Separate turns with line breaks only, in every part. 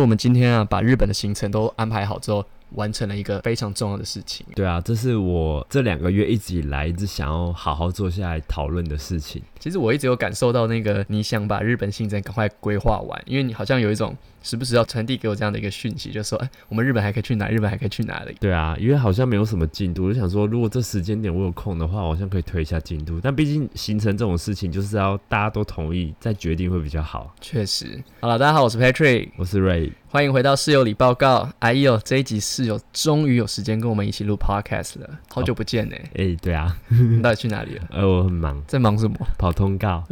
我们今天啊，把日本的行程都安排好之后，完成了一个非常重要的事情。
对啊，这是我这两个月一直以来一直想要好好坐下来讨论的事情。
其实我一直有感受到那个你想把日本行程赶快规划完，因为你好像有一种时不时要传递给我这样的一个讯息，就说哎，我们日本还可以去哪，日本还可以去哪里。
对啊，因为好像没有什么进度，我就想说，如果这时间点我有空的话，我好像可以推一下进度。但毕竟行程这种事情，就是要大家都同意再决定会比较好。
确实，好了，大家好，我是 Patrick，
我是 Ray，
欢迎回到室友里报告。哎呦，这一集室友终于有时间跟我们一起录 Podcast 了，好久不见呢、
哎、对啊，
你到底去哪里了？
呃，我很忙，
在忙什么？
跑通告，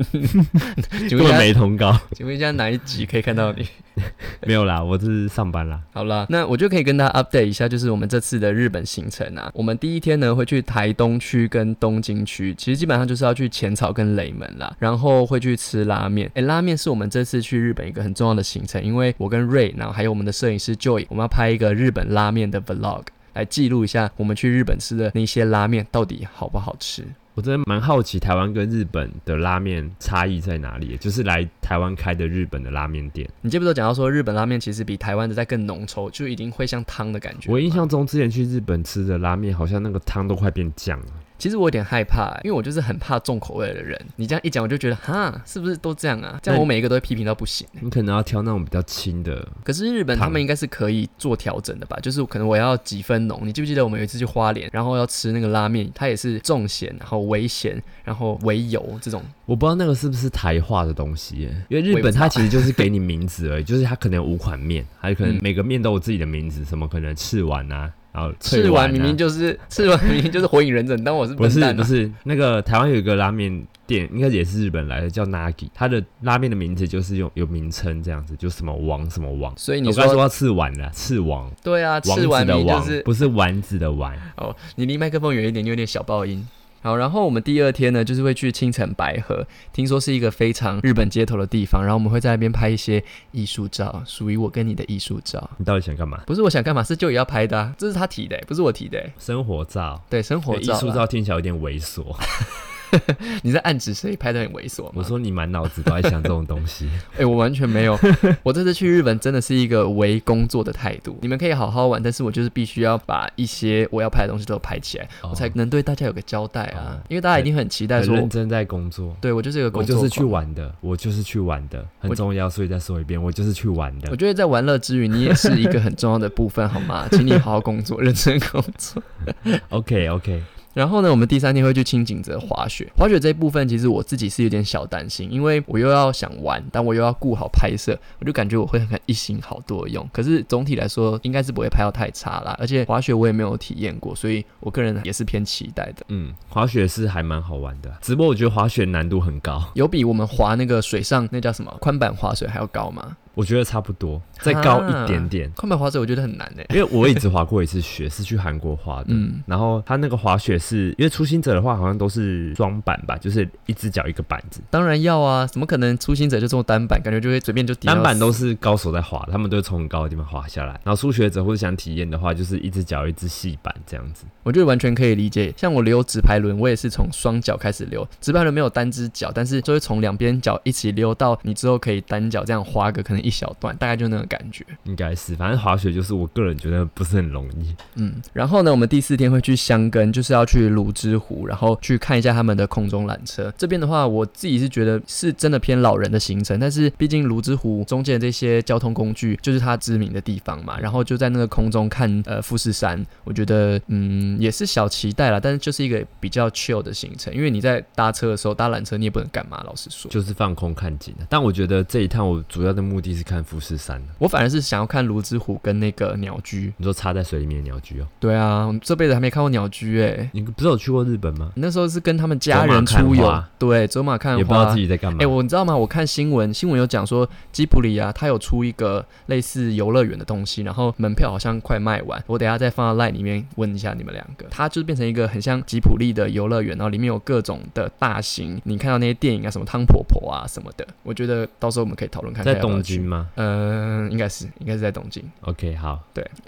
请
根
问一
本
下，
没通告，
请问一下哪一集可以看到你？
没有啦，我是上班啦。
好啦，那我就可以跟大家 update 一下，就是我们这次的日本行程啊。我们第一天呢会去台东区跟东京区，其实基本上就是要去浅草跟雷门啦，然后会去吃拉面。诶，拉面是我们这次去日本一个很重要的行程，因为我跟瑞，然后还有我们的摄影师 Joy，我们要拍一个日本拉面的 vlog。来记录一下我们去日本吃的那些拉面到底好不好吃？
我真的蛮好奇台湾跟日本的拉面差异在哪里，就是来台湾开的日本的拉面店。
你记不记得讲到说日本拉面其实比台湾的再更浓稠，就一定会像汤的感觉吗。
我印象中之前去日本吃的拉面，好像那个汤都快变酱了。
其实我有点害怕、因为我就是很怕重口味的人。你这样一讲，我就觉得哈，是不是都这样啊？这样我每一个都会批评到不行。
你可能要挑那种比较轻的，
可是日本
糖
他们应该是可以做调整的吧？就是可能我要几分浓。你记不记得我们有一次去花莲，然后要吃那个拉面，它也是重咸，然后微咸，然后微油这种。
我不知道那个是不是台化的东西耶，因为
我
日
也不
本
知道
它其实就是给你名字而已，就是它可能有五款面，还有可能
嗯
每个面都有自己的名字，什么可能赤丸啊，然后脆
吃
丸啊
完明明就是 吃完明明就是火影忍者，你当我是
不
笨
是
蛋、啊、
不是那个台湾有一个拉面店，应该也是日本来的，叫 Nagi，它的拉面的名字就是有有名称这样子，就什么王什么王。
所以
我
你
刚才说
说
要赤丸的赤王，
对啊，
王
吃
子
完
的
明明就
王，
是
不是丸子的丸。
哦，你离麦克风远一点，你有点小爆音。好，然后我们第二天呢，就是会去青城白河，听说是一个非常日本街头的地方，然后我们会在那边拍一些艺术照，属于我跟你的艺术照。
你到底想干嘛？
不是我想干嘛，是就也要拍的、啊，这是他提的、不是我提的、
生活照。
对，生活
哎艺
照、啊
术，照听起来有点猥琐。
你在暗指谁拍的很猥琐吗？
我说你满脑子都在想这种东西。
哎、我完全没 有。我这次去日本真的是一个为工作的态度。你们可以好好玩，但是我就是必须要把一些我要拍的东西都拍起来，
哦
我才能对大家有个交代啊。
哦
因为大家一定很期待
很
说，
认真在工作。
对我就是一个
我
工作
就是去
狂
玩的，我就是去玩的，很
我
重要，所以再说一遍，我就是去玩的
我。觉得在玩乐之余，你也是一个很重要的部分，好 吗？请你好好工作，认真工作。
OK OK，
然后呢，我们第三天会去清景泽滑雪。滑雪这一部分，其实我自己是有点小担心，因为我又要想玩，但我又要顾好拍摄，我就感觉我会很一心好多用。可是总体来说，应该是不会拍到太差啦。而且滑雪我也没有体验过，所以我个人也是偏期待的。
嗯，滑雪是还蛮好玩的，只不过我觉得滑雪难度很高，
有比我们滑那个水上那叫什么宽板滑水还要高吗？
我觉得差不多，再高一点点。
宽板滑水我觉得很难诶、
因为我也只滑过一次雪，是去韩国滑的。
啊嗯，
然后他那个滑雪是因为初心者的话，好像都是双板吧，就是一只脚一个板子，
当然要啊，怎么可能初心者就这么单板？感觉就会随便就跌到
单板
死
都是高手在滑，他们都会从很高的地方滑下来。然后初学者或者想体验的话，就是一只脚一只细板这样子。
我觉得完全可以理解。像我溜直排轮，我也是从双脚开始溜，直排轮没有单只脚，但是就会从两边脚一起溜到你之后可以单脚这样滑个可能一小段，大概就那个感觉。
应该是，反正滑雪就是我个人觉得不是很容易。
嗯，然后呢，我们第四天会去箱根，就是要去泸沽湖，然后去看一下他们的空中缆车。这边的话，我自己是觉得是真的偏老人的行程，但是毕竟泸沽湖中间的这些交通工具就是它知名的地方嘛，然后就在那个空中看呃富士山，我觉得嗯也是小期待啦，但是就是一个比较 chill 的行程，因为你在搭车的时候搭缆车你也不能干嘛，老实说。
就是放空看景的。但我觉得这一趟我主要的目的是看富士山。
我反而是想要看泸沽湖跟那个鸟居。
你说插在水里面的鸟居哦，
对啊，我这辈子还没看过鸟居诶、欸
你不是有去过日本吗？
那时候是跟他们家人出
走马看
游
花，
对，走马看花。
也不知道自己在干嘛。
哎、我你知道吗？我看新闻，新闻有讲说吉普里啊，它有出一个类似游乐园的东西，然后门票好像快卖完，我等一下再放到 line 里面问一下你们两个。它就是变成一个很像吉普力的游乐园，然后里面有各种的大型，你看到那些电影啊，什么汤婆婆啊什么的，我觉得到时候我们可以讨论看看
在
要不要
东
去
京吗
嗯，应该是，应该是在东京。
？OK，好，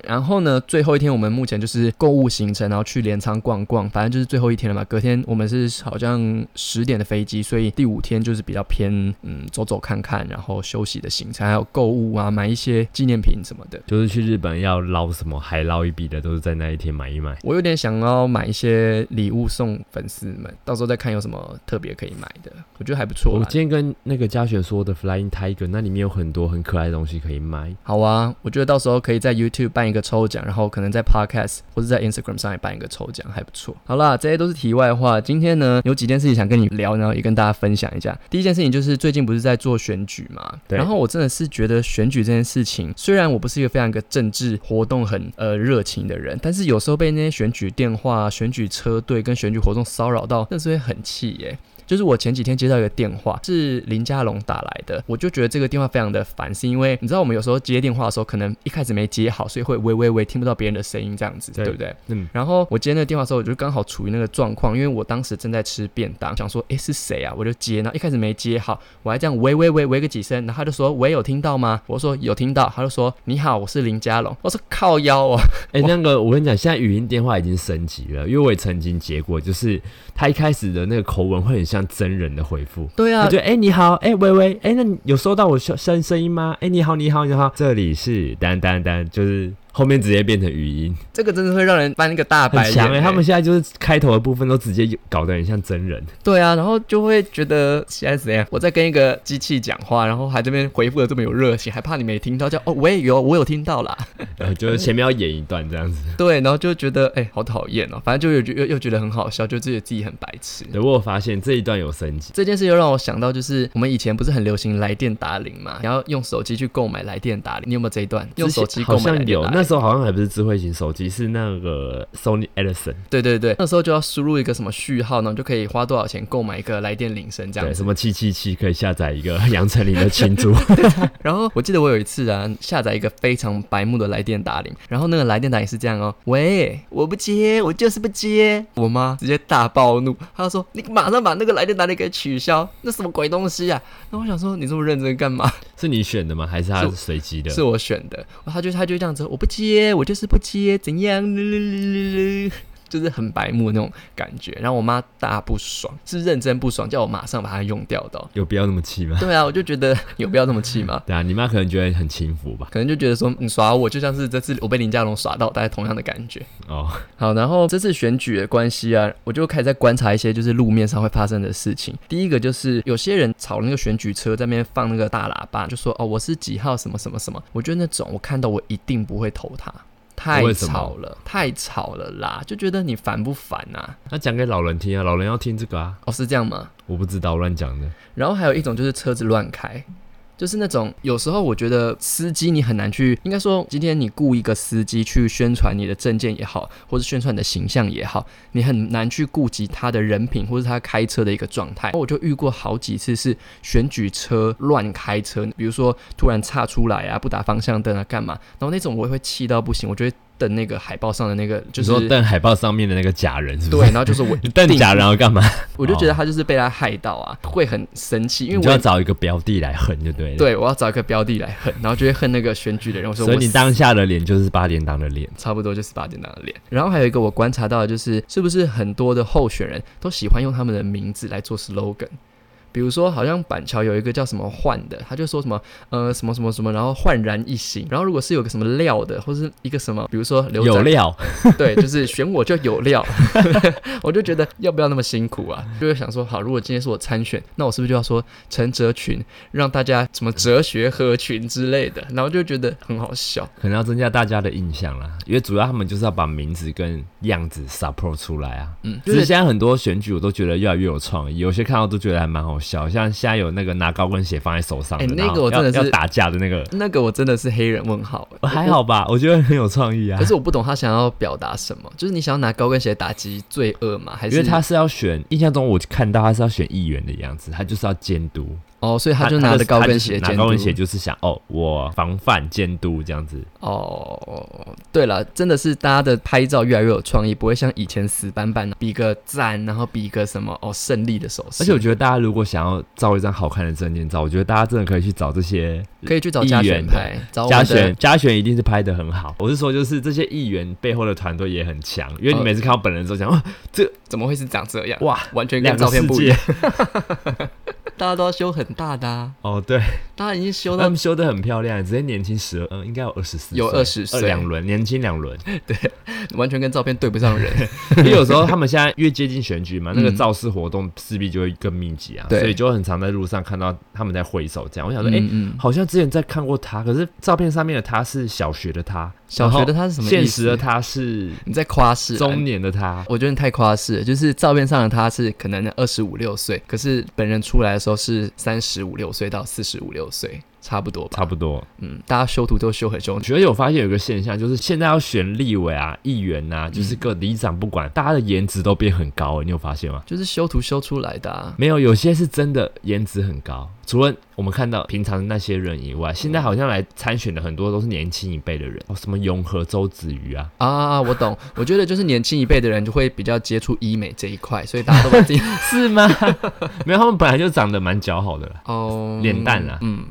然后呢，最后一天我们目前就是购物行程，然后去镰仓逛逛，反正就是最后一天了嘛。隔天我们是好像十点的飞机，所以第五天就是比较偏嗯走走看看，然后休息的行程，还有购物啊，买一些纪念品什么的。
就是去日本要捞什么海捞一笔的，都是在那一天买一买。
我有点想要买一些礼物送粉丝们，到时候再看有什么特别可以买的，我觉得还不错
我
啦。
今天跟那个嘉学说的 Flying Tiger，那里面有很多很可爱的东西可以买。
好啊，我觉得到时候可以在 YouTube 办一个抽奖，然后可能在 Podcast 或者在 Instagram 上也办一个抽奖，还不错。好啦，这些都是题外话。今天呢，有几件事情想跟你聊，然后也跟大家分享一下。第一件事情就是最近不是在做选举嘛，
对
然后我真的是觉得选举这件事情，虽然我不是一个非常一个政治活动很呃热情的人，但是有时候被那些选举电话、选举车队跟选举活动骚扰到，那是会很气耶、就是我前几天接到一个电话，是林家龙打来的，我就觉得这个电话非常的烦，是因为你知道我们有时候接电话的时候，可能一开始没接好，所以会喂喂喂听不到别人的声音这样子，
对
对不对？
嗯，
然后我接那个电话的时候，我就刚好处于那个状况，因为我当时正在吃便当，想说诶是谁啊，我就接，然后一开始没接好，我还这样喂喂喂喂个几声，然后他就说喂有听到吗？我说有听到，他就说你好，我是林家龙，我说靠腰哦，
哎、那个我跟你讲，现在语音电话已经升级了，因为我也曾经接过，就是他一开始的那个口吻会很像真人的回复。
对
我
啊
觉，得哎、你好，哎、微微，哎、那你有收到我声声声音吗？哎、你好，你好，你好，这里是丹丹丹，就是后面直接变成语音，
这个真的会让人翻个大
很
白眼、欸
强哎、他们现在就是开头的部分都直接搞得很像 真人，
对啊，然后就会觉得现在怎样？我在跟一个机器讲话，然后还这边回复的这么有热情，还怕你没听到，叫哦，我也有，我有听 到啦。
然后呃就是前面要演一段这 样子。
对，然后就觉得哎、好讨厌哦，反正就又又又觉得很好笑，就自己自己很白痴。
对，我有发现这一段有升级，
这件事又让我想到，就是我们以前不是很流行来电打铃嘛，然后用手机去购买来电打铃，你有没有这一段？用手机购
好
买来
像
电
有，
打铃
那时候好像还不是智慧型手机，是那个 Sony Edison，
对对对，那时候就要输入一个什么序号呢，就可以花多少钱购买一个来电铃声这样
对，
子
什。么七七七可以下载一个 杨丞琳的群组，
然后我记得我有一次啊，下载一个非常白目的来电打铃，然后那个来电打铃是这样哦，喂，我不接，我就是不接。我妈直接大暴怒，她就说你马上把那个来电打铃给取消，那什么鬼东西啊？那我想说你这么认真干嘛？
是你选的吗？还是他
是我
随 机的？
是我选的，她就她就这样子，我不接，我就是不接，怎样？就是很白目那种感觉，然后我妈大不爽，是认真不爽，叫我马上把它用掉的哦、
有必要那么气吗？
对啊，我就觉得有必要这么气吗？
对啊，你妈可能觉得很轻浮吧？
可能就觉得说你耍我，就像是这次我被林家龙耍到，大概同样的感觉。
哦，
好，然后这次选举的关系啊，我就开始在观察一些就是路面上会发生的事情。第一个就是有些人吵那个选举车在那边放那个大喇叭，就说哦我是几号什么什么什么，我觉得那种我看到我一定不会投他。太
为什么
吵了，太吵了啦！就觉得你烦不烦啊？
那讲给老人听啊，老人要听这个啊，
哦，是这样吗？
我不知道，我乱讲的。
然后还有一种就是车子乱开，就是那种有时候我觉得司机你很难去，应该说今天你雇一个司机去宣传你的证件也好，或是宣传你的形象也好，你很难去顾及他的人品或是他开车的一个状态。我就遇过好几次是选举车乱开车，比如说突然岔出来啊，不打方向灯啊，干嘛？然后那种我也会气到不行，我就会瞪那个海报上的那个，就
你说
是。
瞪海报上面的那个假人是不
对
是？，
然后就是我，
你瞪假人要 干嘛？
我就觉得他就是被他害到啊，会很生气，因为我
你就
也
要找一个标的来恨就对了。，
对，我要找一个标的来恨，然后就会恨那个选举的人。我说
所
我
以你
死
当下的脸就是八点档的脸。
差不多就是八点档的脸。然后还有一个我观察到的就是，是不是很多的候选人都喜欢用他们的名字来做 slogan？比如说，好像板桥有一个叫什么焕的，他就说什么呃什么什么什么，然后焕然一新。然后如果是有个什么料的，或是一个什么，比如说刘
有
展
料，
对，就是选我就有料， 我就觉得要不要那么辛苦啊？就会想说，好，如果今天是我参选，那我是不是就要说陈哲群，让大家什么哲学合群之类的？然后就觉得很好笑。
可能要增加大家的印象啦，因为主要他们就是要把名字跟样子 support 出来啊。
嗯，
就
就是是
现在很多选举，我都觉得越来越有创意，有些看到都觉得还蛮好笑。像现在有那个拿高跟鞋放在手上的，
哎那
然后
个我真
要
的是
要打架的 那个，
那个我真的是黑人问号、欸
还好吧？我觉得很有创意啊
可。是我不懂他想要表达什么，就是你想要拿高跟鞋打击罪恶吗？还是
因为他是要选，印象中我看到他是要选议员的样子，他就是要监督。
哦，所以他就拿着高跟鞋
拿
监
高
督
跟。鞋就是想哦，我防范监督这样子。
哦，对了，真的是大家的拍照越来越有创意，不会像以前死板板比个赞，然后比个什么哦胜利的手势。
而且我觉得大家如果想要照一张好看的证件照，我觉得大家真的可以去找这些
可以去找
议
嘉
员
选
的
拍，找哦我
嘉
们的
选，嘉选一定是拍的很好。我是说，就是这些议员背后的团队也很强，因为你
哦
每次看到本人的时候想，哇
怎么会是长这样？
哇，
完全
两
跟照
个
片
世
不一
界
样，大家都要修很大的、啊，
哦，对，
大家已经修
他
到
们修的很漂亮，直接年轻十二，嗯，应该有二十四，
有20岁
二两轮，年轻两 轮。
完全跟照片对不上人。
因为有时候他们现在越接近选举嘛，那个
嗯
造势活动势必就会更密集啊，
对
所以就很常在路上看到他们在挥手这样。我想说，哎、
嗯，
好像之前在看过他，可是照片上面的他是小学的他，
小学的他是什么意思？
现实的他是
你在夸饰啊
中年的他。
我觉得你太夸饰了，就是照片上的他是可能二十五六岁，可是本人出来的时候是三十五六岁到四十五六岁，差不多吧？
差不多，
嗯，大家修图都修很凶
我，觉得有发现有一个现象，就是现在要选立委啊、议员啊，就是
嗯
各里长不管，大家的颜值都变很高、你有发现吗？
就是修图修出来的、啊。
没有，有些是真的颜值很高。除了我们看到平常的那些人以外，现在好像来参选的很多都是年轻一辈的人，哦、什么永和周子瑜啊，
啊，我懂。我觉得就是年轻一辈的人就会比较接触医美这一块，所以大家都把 自己。
是吗？没有，他们本来就长得蛮姣好的啦
哦
脸蛋啊
嗯，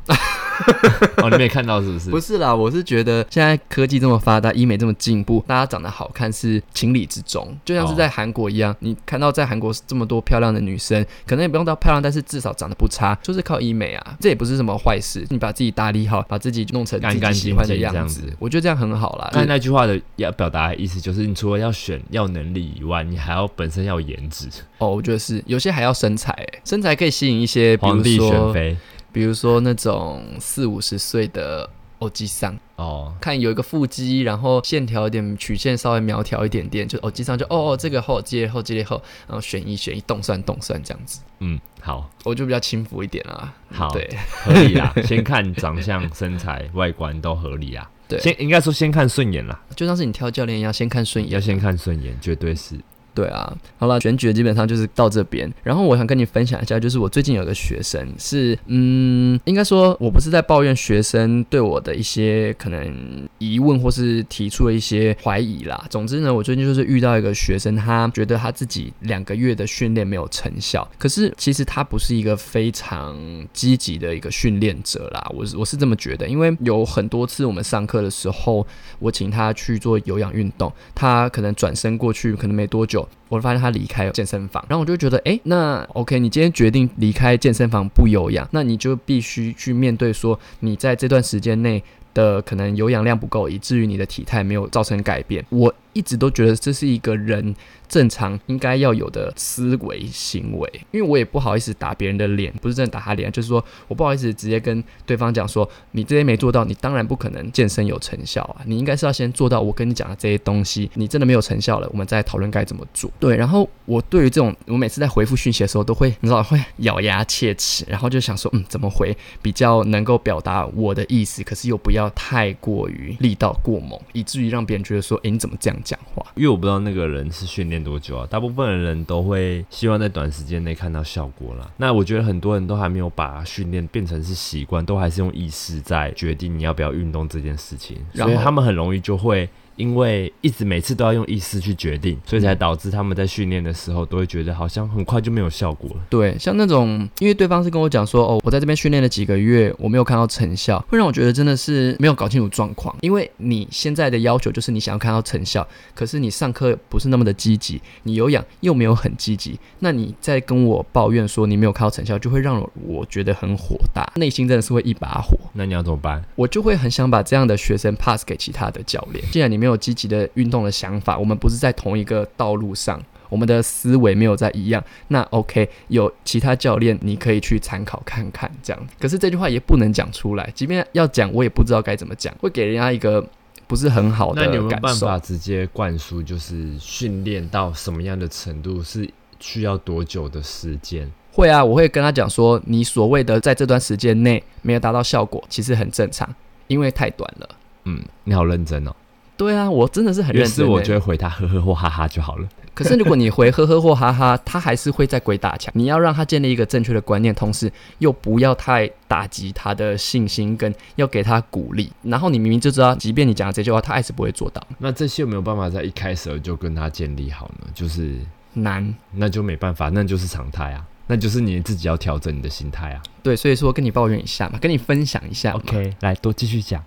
哦，你没看到是不是？
不是啦，我是觉得现在科技这么发达，医美这么进步，大家长得好看是情理之中，就像是
哦
在韩国一样。你看到在韩国这么多漂亮的女生，可能也不用到漂亮，但是至少长得不差，就是靠医美啊，这也不是什么坏事。你把自己打理好，把自己弄成自
干干
己
净
喜欢的
净这
样
样
子，
子
我觉得这样很好啦。
刚才那句话的要表达的意思就是，你除了要选要能力以外，你还要本身要有颜值。
哦，我觉得是有些还要身材、欸，身材可以吸引一些，比
皇
如
帝选
说，
妃
比如说那种四五十岁的欧吉桑。
哦，
看有一个腹肌，然后线条有点曲线稍微苗条一点点，就哦，经常就哦哦这个后接后接后，然后选一选一动算动算这样子，
嗯，好，
我就比较轻浮一点啦。
好
对，
合理啦。先看长相、身材、外观都合理啦。
对
先应该说先看顺眼啦，
就像是你挑教练一样，先看顺眼。
要先看顺眼，绝对是。
对啊，好了，选举基本上就是到这边。然后我想跟你分享一下，就是我最近有个学生是，嗯，应该说我不是在抱怨学生对我的一些可能疑问或是提出了一些怀疑啦。总之呢，我最近就是遇到一个学生，他觉得他自己两个月的训练没有成效，可是其实他不是一个非常积极的一个训练者啦。我是我是这么觉得，因为有很多次我们上课的时候，我请他去做有氧运动，他可能转身过去，可能没多久，我就发现他离开健身房，然后我就觉得，哎、那 OK，你今天决定离开健身房不有氧，那你就必须去面对说，你在这段时间内。的可能有氧量不够，以至于你的体态没有造成改变。我一直都觉得这是一个人正常应该要有的思维行为，因为我也不好意思打别人的脸，不是真的打他脸，就是说我不好意思直接跟对方讲说，你这些没做到，你当然不可能健身有成效啊！你应该是要先做到我跟你讲的这些东西，你真的没有成效了，我们再讨论该怎么做。对，然后我对于这种，我每次在回复讯息的时候，都会你知道会咬牙切齿，然后就想说，嗯，怎么回比较能够表达我的意思，可是又不要太过于力道过猛，以至于让别人觉得说，诶，你怎么这样讲话？
因为我不知道那个人是训练多久啊，大部分的人都会希望在短时间内看到效果啦。那我觉得很多人都还没有把训练变成是习惯，都还是用意识在决定你要不要运动这件事情，
然
所
后
以他们很容易就会。因为一直每次都要用意识去决
嗯
定，所以才导致他们在训练的时候都会觉得好像很快就没有效果了。
对，像那种，因为对方是跟我讲说，哦，我在这边训练了几个月，我没有看到成效，会让我觉得真的是没有搞清楚状况。因为你现在的要求就是你想要看到成效，可是你上课不是那么的积极，你有氧又没有很积极，那你在跟我抱怨说你没有看到成效，就会让我我觉得很火大，内心真的是会一把火。
那你要怎么办？
我就会很想把这样的学生 pass 给其他的教练。既然你没有积极的运动的想法，我们不是在同一个道路上，我们的思维没有在一样，那 OK，有其他教练你可以去参考看看这样。可是这句话也不能讲出来，即便要讲，我也不知道该怎么讲，会给人家一个不是很好的
那你有没有
感
办
受。
法直接灌输，就是训练到什么样的程度是需要多久的时间？
会啊，我会跟他讲说，你所谓的在这段时间内没有达到效果，其实很正常，因为太短了。
嗯，你好认真哦。
对啊，我真的是很
于
认
是
真。欸
我就会回他呵呵或哈哈就好了。
可是如果你回呵呵或哈哈，他还是会在鬼打墙。你要让他建立一个正确的观念，同时又不要太打击他的信心，跟要给他鼓励。然后你明明就知道，即便你讲了这句话，他还是不会做到，
那这些有没有办法在一开始就跟他建立好呢？就是
难。
那就没办法，那就是常态啊，那就是你自己要调整你的心态啊。
对，所以说跟你抱怨一下嘛，跟你分享一下嘛。
OK，来多继续讲。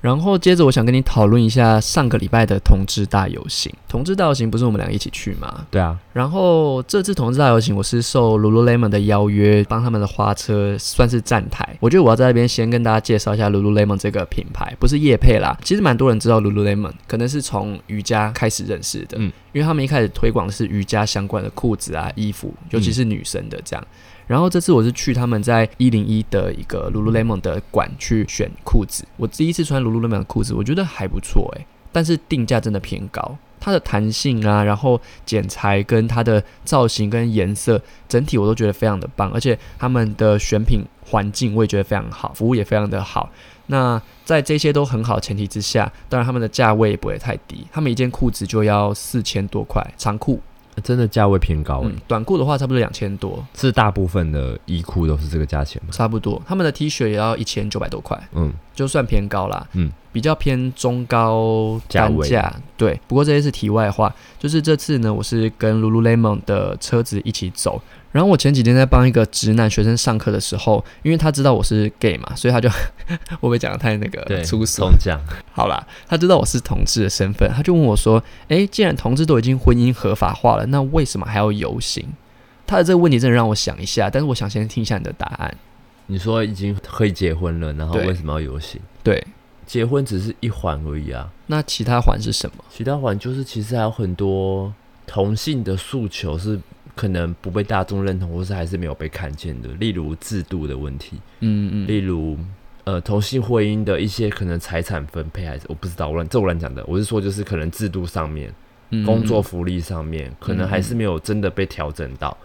然后接着我想跟你讨论一下上个礼拜的同志大游行。同志大游行不是我们俩一起去吗？
对啊，
然后这次同志大游行，我是受 Lululemon 的邀约，帮他们的花车算是站台。我觉得我要在这边先跟大家介绍一下 Lululemon 这个品牌，不是叶配啦。其实蛮多人知道 Lululemon，可能是从瑜伽开始认识的，
嗯
因为他们一开始推广的是瑜伽相关的裤子啊、衣服，尤其是女生的这样。然后这次我是去他们在一零一的一个 Lululemon 的馆去选裤子，我第一次穿 Lululemon 的裤子，我觉得还不错诶、但是定价真的偏高。它的弹性啊，然后剪裁跟它的造型跟颜色，整体我都觉得非常的棒，而且他们的选品环境我也觉得非常好，服务也非常的好。那在这些都很好的前提之下，当然他们的价位也不会太低，他们一件裤子就要四千多块，长裤，
真的价位偏高、欸，
嗯，短裤的话差不多两千多，
是大部分的衣裤都是这个价钱嘛？
差不多。他们的 T 恤也要一千九百多块，
嗯，
就算偏高啦，
嗯，
比较偏中高
价
单
位
价，对。不过这些是题外话，就是这次呢，我是跟 Lululemon 的车子一起走。然后我前几天在帮一个直男学生上课的时候，因为他知道我是 gay 嘛，所以他就 会不会讲的太那个
对，
呃粗俗？
重讲，
好啦，他知道我是同志的身份，他就问我说：“诶，既然同志都已经婚姻合法化了，那为什么还要游行？”他的这个问题真的让我想一下，但是我想先听一下你的答案。
你说已经可以结婚了，然后
对
为什么要游行？
对，
结婚只是一环而已啊，
那其他环是什么？
其他环就是其实还有很多同性的诉求是可能不被大众认同，或是还是没有被看见的，例如制度的问题，
嗯嗯，
例如呃同性婚姻的一些可能财产分配，还是我不知道，我乱这我乱讲的，我是说就是可能制度上面、
嗯
工作福利上面，可能还是没有真的被调整到，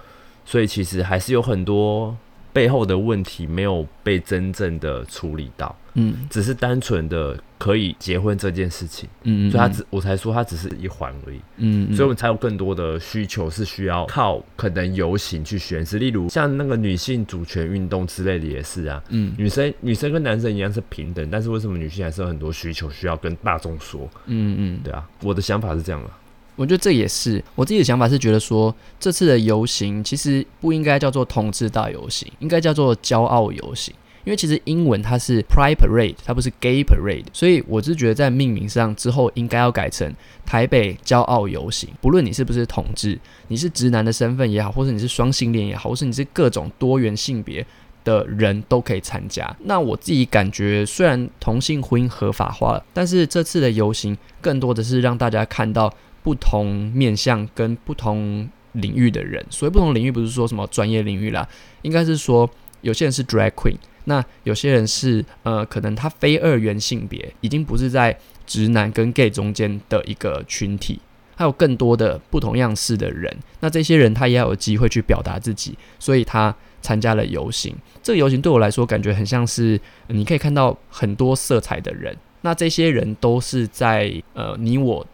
所以其实还是有很多背后的问题没有被真正的处理到，
嗯
只是单纯的可以结婚这件事情，
嗯，嗯
所以他只我才说他只是一环而已。
嗯，嗯
所以我们才有更多的需求是需要靠可能游行去宣示，例如像那个女性主权运动之类的也是啊。
嗯
女生女生跟男生一样是平等，但是为什么女性还是有很多需求需要跟大众说？
嗯嗯，
对啊，我的想法是这样的。
我觉得这也是我自己的想法，是觉得说这次的游行其实不应该叫做同志大游行，应该叫做骄傲游行。因为其实英文它是 Pride Parade，它不是 Gay Parade，所以我是觉得在命名上之后应该要改成台北骄傲游行。不论你是不是同志，你是直男的身份也好，或者你是双性恋也好，或是你是各种多元性别的人都可以参加。那我自己感觉，虽然同性婚姻合法化了，但是这次的游行更多的是让大家看到不同面向跟不同领域的人。所谓不同领域，不是说什么专业领域啦，应该是说有些人是 drag queen，那有些人是呃，可能他非二元性别，已经不是在直男跟 gay 中间的一个群体。还有更多的不同样式的人，那这些人他也要有机会去表达自己，所以他参加了游行。这个游行对我来说，感觉很像是呃你可以看到很多色彩的人。那这些人都是在呃你我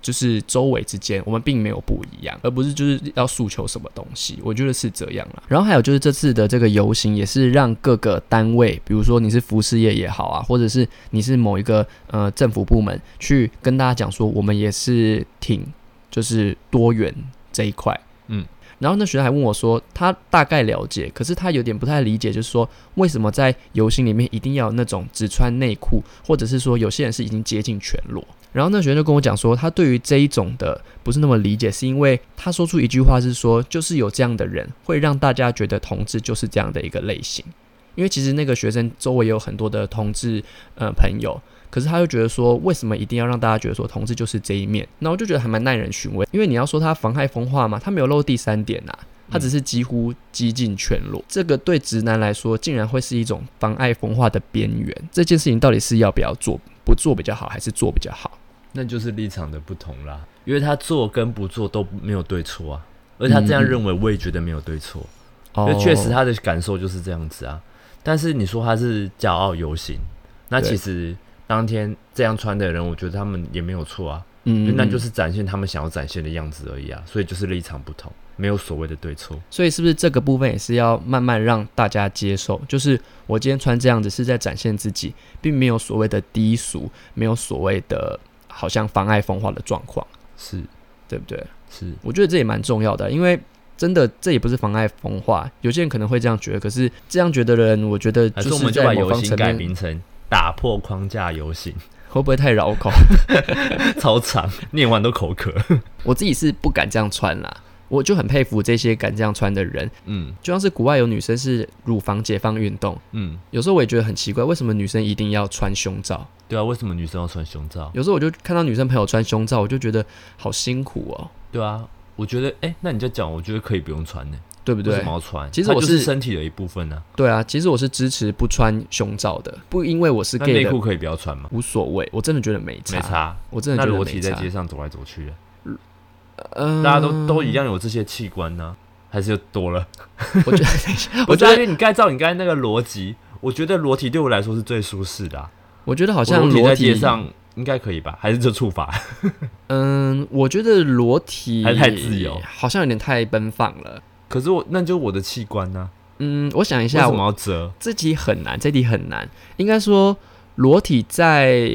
就是周围之间，我们并没有不一样，而不是就是要诉求什么东西，我觉得是这样啦。然后还有就是这次的这个游行，也是让各个单位，比如说你是服饰业也好啊，或者是你是某一个呃政府部门，去跟大家讲说，我们也是挺就是多元这一块。
嗯，
然后那学生还问我说，他大概了解，可是他有点不太理解，就是说为什么在游行里面一定要有那种只穿内裤，或者是说有些人是已经接近全裸。然后那学生就跟我讲说，他对于这一种的不是那么理解，是因为他说出一句话是说，就是有这样的人会让大家觉得同志就是这样的一个类型。因为其实那个学生周围有很多的同志呃朋友，可是他就觉得说，为什么一定要让大家觉得说同志就是这一面？那我就觉得还蛮耐人寻味，因为你要说他妨害风化嘛，他没有漏第三点呐、他只是几乎几近全裸，这个对直男来说竟然会是一种妨碍风化的边缘。这件事情到底是要不要做，不做比较好，还是做比较好？
那就是立场的不同啦，因为他做跟不做都没有对错啊，而他这样
嗯嗯
认为，我也觉得没有对错，
哦
因为确实他的感受就是这样子啊。但是你说他是骄傲游行，那
对
其实当天这样穿的人，我觉得他们也没有错啊，
嗯，
那就是展现他们想要展现的样子而已啊，所以就是立场不同，没有所谓的对错。
所以是不是这个部分也是要慢慢让大家接受？就是我今天穿这样子是在展现自己，并没有所谓的低俗，没有所谓的好像妨碍风化的状况，
是
对不对？
是，
我觉得这也蛮重要的，啊因为真的这也不是妨碍风化。有些人可能会这样觉得，可是这样觉得的人，我觉得
还
就是
我们就
在
把
某
游
方
行
层
改
面
名成打破框架游行，
会不会太绕口？
超长，念完都口渴。
我自己是不敢这样穿啦。我就很佩服这些敢这样穿的人，
嗯
就像是国外有女生是乳房解放运动，
嗯，
有时候我也觉得很奇怪，为什么女生一定要穿胸罩？
对啊，为什么女生要穿胸罩？
有时候我就看到女生朋友穿胸罩，我就觉得好辛苦哦，
对啊，我觉得，哎、那你就讲，我觉得可以不用穿呢、
对不
为
对
什么？要穿？
其实
它
我
就是是身体的一部分呢、
对啊，其实我是支持不穿胸罩的，不因为我是
那内
gay
裤
的
可以不要穿吗？
无所谓，我真的觉得没差，
没差。
我真的
那
觉得
裸
没
体在
差
街。上走来走去的，
嗯
大家都都一，样有这些器官呢、还是又多了？
我觉 得，
我
我
觉
觉
得
得，
你刚才照你刚才那个逻辑，我觉得裸体对我来说是最舒适的、啊。
我觉得好
好
像
体
裸
在
体
街，上应该可以吧？还是这处罚？
嗯，我觉得裸体
还是太自由
好像有点太奔放了。
可是我那就是我的器官呢、
嗯，我想一
为
下，
什
我
么要遮？
这题很难，这题很难。应该说，裸体在，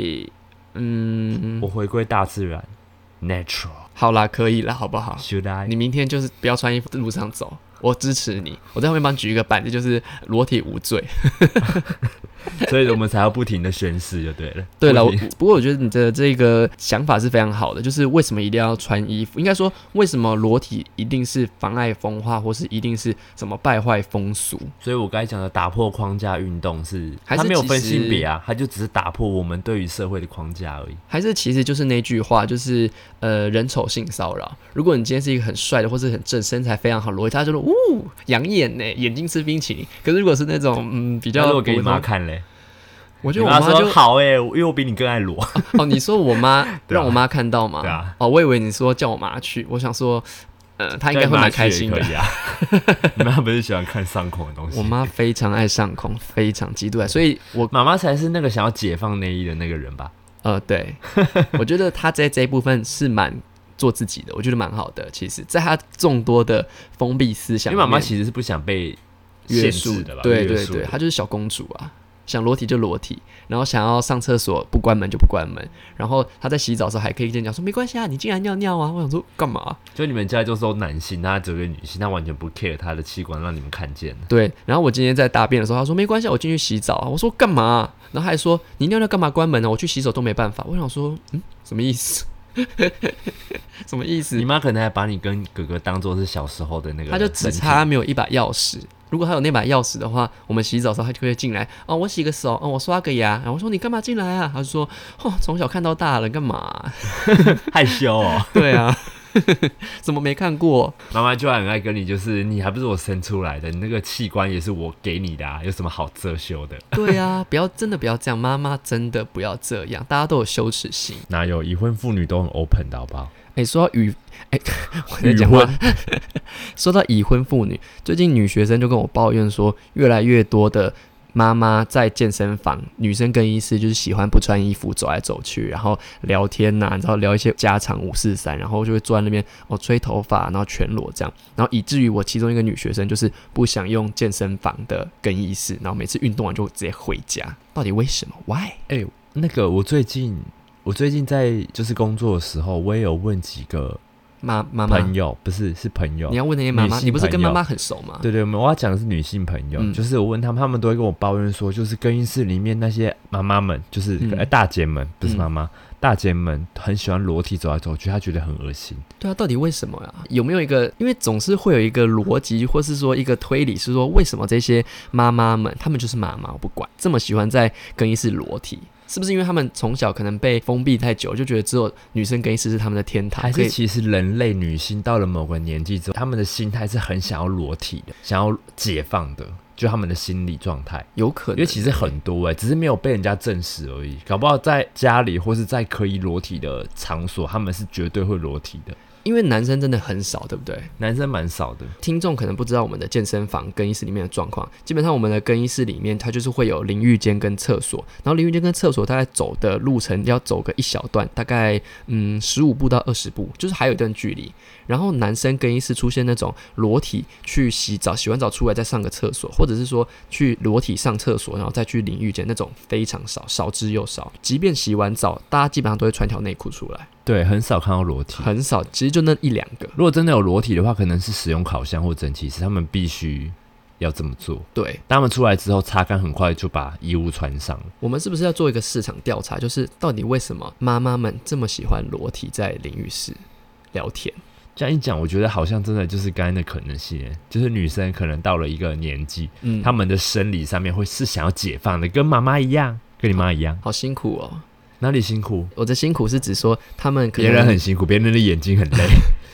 嗯
我，回归大自然，natural。
好啦，可以啦，好不好？
Should I？
你明天就是不要穿衣服在路上走，我支持你。我在后面帮你举一个板子，就是裸体无罪。
所以我们才要不停的宣誓，就对了。
对了，
不
我
停
不过我觉得你的这个想法是非常好的，就是为什么一定要穿衣服？应该说，为什么裸体一定是妨碍风化，或是一定是什么败坏风俗？
所以我刚才讲的打破框架运动是，
还是
它没有
其
分
实
性别啊，它就只是打破我们对于社会的框架而已。
还是其实就是那句话，就是呃，人丑性骚扰。如果你今天是一个很帅的，或是很正，身材非常好，裸体，他就说呜养眼呢，眼睛吃冰淇淋。可是如果是那种嗯比
那
较
如果给你
普通
妈，看嘞，
我觉
你
得我
妈
妈就
说好哎、我因为我比你更爱裸。
哦，你说我妈
对啊
让我妈看到吗？
对啊。
哦，我以为你说叫我妈去，我想说，呃，她应该会蛮开心的
叫。你妈去也可以啊。你妈不是喜欢看上空的东西？
我妈非常爱上空，非常极度爱，所以我
妈妈才是那个想要解放内衣的那个人吧？
呃， 对，我觉得她在这一部分是蛮做自己的，我觉得蛮好的。其实，在她众多的封闭思
因
想
为
里面，
妈妈其实是不想被
约
限
束
制的吧？
对
约
对
束
对，
的
她就是小公主啊，想裸体就裸体，然后想要上厕所不关门就不关门，然后她在洗澡的时候还可以跟你讲说没关系啊，你竟然尿尿啊，我想说干嘛？
就你们家就收男性，那他只有女性，他完全不 care 他的器官让你们看见了。
对，然后我今天在大便的时候，他说没关系啊，我进去洗澡啊。我说干嘛啊、然后他还说你尿尿干嘛关门呢、啊我去洗手都没办法。我想说，嗯，什么意思？ 什么意思
你？妈可能还把你跟哥哥当做是小时候的那个，
他就只差没有一把钥匙。如果他有那把钥匙的话，我们洗澡的时候他就会进来。哦，我洗个手，哦，我刷个牙。然后我说你干嘛进来啊？他就说，哦，从小看到大了，干嘛啊、
害羞哦。
对啊， 怎么没看过？
妈妈就很爱跟你，就是你还不是我生出来的，你那个器官也是我给你的啊，有什么好遮羞的？
对啊，不要真的不要这样，妈妈真的不要这样，大家都有羞耻心。
哪有已婚妇女都很 open 的好不好？
哎、说到已，哎、我在讲话。 说到已婚妇女，最近女学生就跟我抱怨说，越来越多的妈妈在健身房，女生更衣室就是喜欢不穿衣服走来走去，然后聊天呐、然后聊一些家常五四三，然后就会坐在那边哦吹头发，然后全裸这样，然后以至于我其中一个女学生就是不想用健身房的更衣室，然后每次运动完就直接回家，到底为什么？Why？
那个我最近我最近在就是工作的时候，我也有问几个
妈妈妈，
朋友，不是是朋友
你，要问那些妈妈，
女性
你不是跟妈
朋友
妈很熟吗？
对对，我们我要讲的是女性朋友，
嗯
就是我问他们，他们都会跟我抱怨说，就是更衣室里面那些妈妈们，就是、
嗯
呃大姐们，不是
嗯
妈妈，大姐们很喜欢裸体走来走去，她觉得很恶心。
对啊，到底为什么呀、有没有一个？因为总是会有一个逻辑，或是说一个推理，是说为什么这些妈妈们，她们就是妈妈，我不管，这么喜欢在更衣室裸体，是不是因为她们从小可能被封闭太久，就觉得只有女生更衣室是她们的天堂？
还
可
是
以
其实人类女性到了某个年纪之后，她们的心态是很想要裸体的，想要解放的，就她们的心理状态。
有可能，
因为其实很多哎、只是没有被人家证实而已。搞不好在家里或是在可以裸体的场所，他们是绝对会裸体的。
因为男生真的很少，对不对？
男生蛮少的，
听众可能不知道我们的健身房更衣室里面的状况。基本上我们的更衣室里面，它就是会有淋浴间跟厕所，然后淋浴间跟厕所大概走的路程要走个一小段，大概嗯十五步到二十步，就是还有一段距离。然后男生更衣室出现那种裸体去洗澡，洗完澡出来再上个厕所，或者是说去裸体上厕所，然后再去淋浴间那种非常少，少之又少。即便洗完澡，大家基本上都会穿条内裤出来，
对，很少看到裸体。
很少，其实就那一两个。
如果真的有裸体的话，可能是使用烤箱或蒸汽室，他们必须要这么做。
对，
但他们出来之后擦干，很快就把衣物穿上。
我们是不是要做一个市场调查，就是到底为什么妈妈们这么喜欢裸体在淋浴室聊天？
这样一讲，我觉得好像真的就是刚才的可能性耶，就是女生可能到了一个年纪，
嗯
她们的生理上面会是想要解放的，跟妈妈一样，跟你妈一样。
好辛苦哦。
哪里辛苦？
我的辛苦是指说他们可
别
能哦
人很辛苦，别人的眼睛很 累，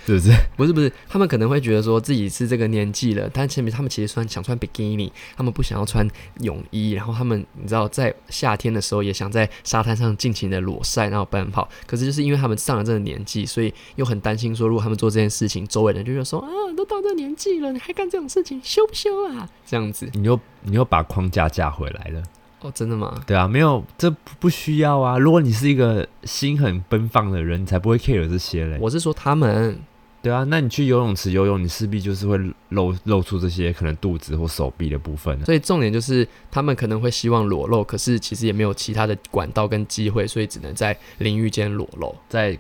是不是？
不是不是，他们可能会觉得说自己是这个年纪了，但前面他们其实穿想穿比基尼，他们不想要穿泳衣，然后他们你知道在夏天的时候也想在沙滩上尽情的裸晒，然后奔跑。可是就是因为他们上了这个年纪，所以又很担心说，如果他们做这件事情，周围人就会说啊，都到这年纪了，你还干这种事情，羞不羞啊？这样子
你又你又把框架架回来了。
哦，真的吗？
对啊，没有，这不不需要啊。如果你是一个心很奔放的人，你才不会 care 这些嘞。
我是说他们
对啊，那你去游泳池游泳，你势必就是会露露出这些可能肚子或手臂的部分啊。
所以重点就是，他们可能会希望裸露，可是其实也没有其他的管道跟机会，所以只能在淋浴间裸露，
在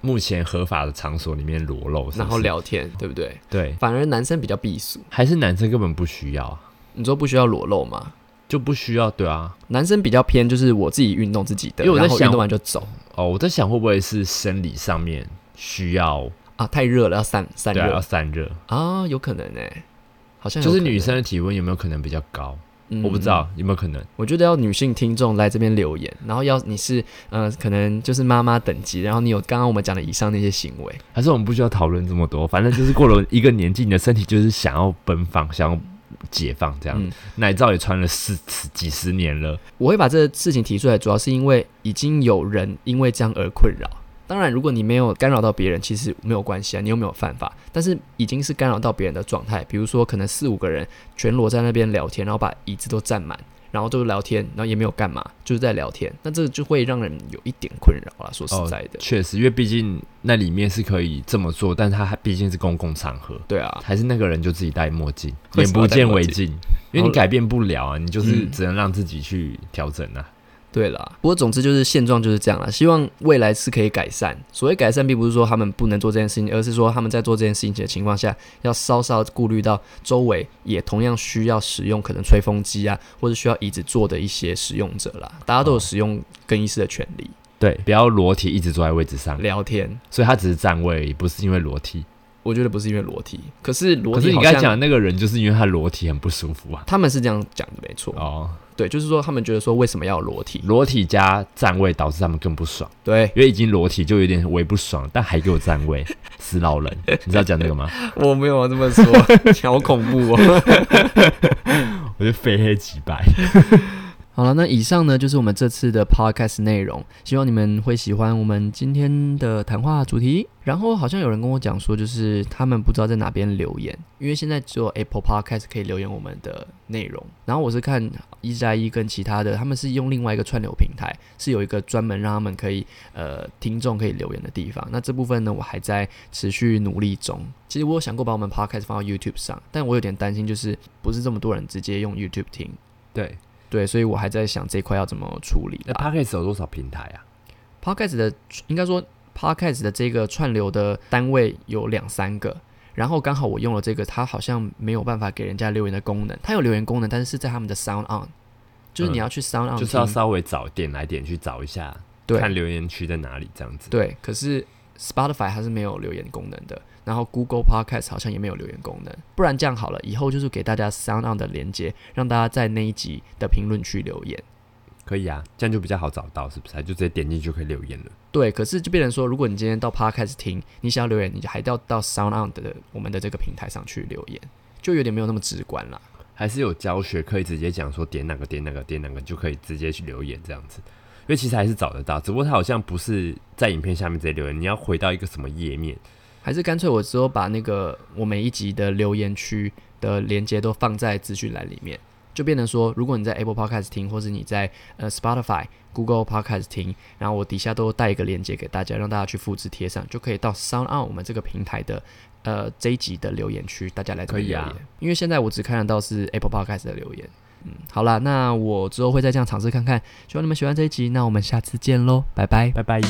目前合法的场所里面裸露，是不是
然后聊天，对不对？
对，
反而男生比较避俗，
还是男生根本不需要啊，
你说不需要裸露吗？
就不需要对啊。
男生比较偏就是我自己运动自己的，
因为我在
然后
想
运动完就走
哦，我在想会不会是生理上面需要
啊，太热了要散散
对啊
热
要
啊
散热，
有可能哎、好像有
就是
可能
女生的体温有没有可能比较高？
嗯
我不知道有没有可能。
我觉得要女性听众来这边留言，然后要你是呃，可能就是妈妈等级，然后你有刚刚我们讲的以上那些行为，
还是我们不需要讨论这么
嗯
多，反正就是过了一个年纪，你的身体就是想要奔放，想要解放这样。
嗯
奶罩也穿了四十几十年了，
我会把这个事情提出来，主要是因为已经有人因为这样而困扰。当然，如果你没有干扰到别人，其实没有关系啊，你又没有犯法。但是已经是干扰到别人的状态，比如说可能四五个人全裸在那边聊天，然后把椅子都占满，然后都聊天，然后也没有干嘛，就是在聊天。那这个就会让人有一点困扰啦。说实在的，
确实，因为毕竟那里面是可以这么做，但它还毕竟是公共场合，
对啊，
还是那个人就自己戴墨镜，
为
眼
什么
不
要戴
见
墨
为
镜
净，因为你
哦
改变不了啊，你就是
嗯
只能让自己去调整啊。
对啦，不过总之就是现状就是这样啦。希望未来是可以改善。所谓改善，并不是说他们不能做这件事情，而是说他们在做这件事情的情况下，要稍稍顾虑到周围也同样需要使用可能吹风机啊，或者需要椅子坐的一些使用者啦。大家都有使用更衣室的权利。
对，不要裸体一直坐在位置上，
聊天，
所以他只是站位，不是因为裸体。
我觉得不是因为裸体，可是裸
可是
体
你
好
刚才
像
讲的那个人，就是因为他裸体很不舒服啊。
他们是这样讲的，没错。
哦，
对，就是说他们觉得说为什么要裸体？
裸体加站位导致他们更不爽。
对
因为已经裸体就有点微不爽，但还给我站位，死老人，你知道讲这个 吗？
我没有这么 说，好恐怖哦。
我就非黑即白。
好了，那以上呢就是我们这次的 podcast 内容，希望你们会喜欢我们今天的谈话主题。然后好像有人跟我讲说，就是他们不知道在哪边留言，因为现在只有 Apple Podcast 可以留言我们的内容。然后我是看一加一跟其他的，他们是用另外一个串流平台，是有一个专门让他们可以呃听众可以留言的地方。那这部分呢，我还在持续努力中。其实我有想过把我们 podcast 放到 YouTube 上，但我有点担心，就是不是这么多人直接用 YouTube 听。
对，
对，所以我还在想这一块要怎么处理
那
啦。
Podcast 有多少平台啊？
Podcast 的应该说 Podcast 的这个串流的单位有两三个，然后刚好我用了这个，它好像没有办法给人家留言的功能，它有留言功能，但是是在他们的 Sound On，就是你要去 Sound On，、
嗯就是要稍微找点来点去找一下，看
对
留言区在哪里这样子。，
对，可是 Spotify 它是没有留言功能的。然后 Google Podcast 好像也没有留言功能，不然这样好了，以后就是给大家 Sound On 的连接，让大家在那一集的评论区留言。
可以啊，这样就比较好找到，是不是？就直接点进去就可以留言了。
对，可是就变成说，如果你今天到 Podcast 听，你想要留言，你就还要到 Sound On 的我们的这个平台上去留言，就有点没有那么直观啦。
还是有教学，可以直接讲说点哪个点哪个点哪个，就可以直接去留言这样子。因为其实还是找得到，只不过它好像不是在影片下面直接留言，你要回到一个什么页面，
还是干脆我之后把那个我每一集的留言区的连接都放在资讯栏里面，就变成说，如果你在 Apple Podcast 听，或是你在呃 Spotify、Google Podcast 听，然后我底下都带一个连接给大家，让大家去复制贴上，就可以到 Sound On 我们这个平台的呃这一集的留言区，大家来这边
可以
留言。
啊
因为现在我只看得到是 Apple Podcast 的留言。嗯，好啦，那我之后会再这样尝试看看，希望你们喜欢这一集，那我们下次见喽，拜拜。
拜拜。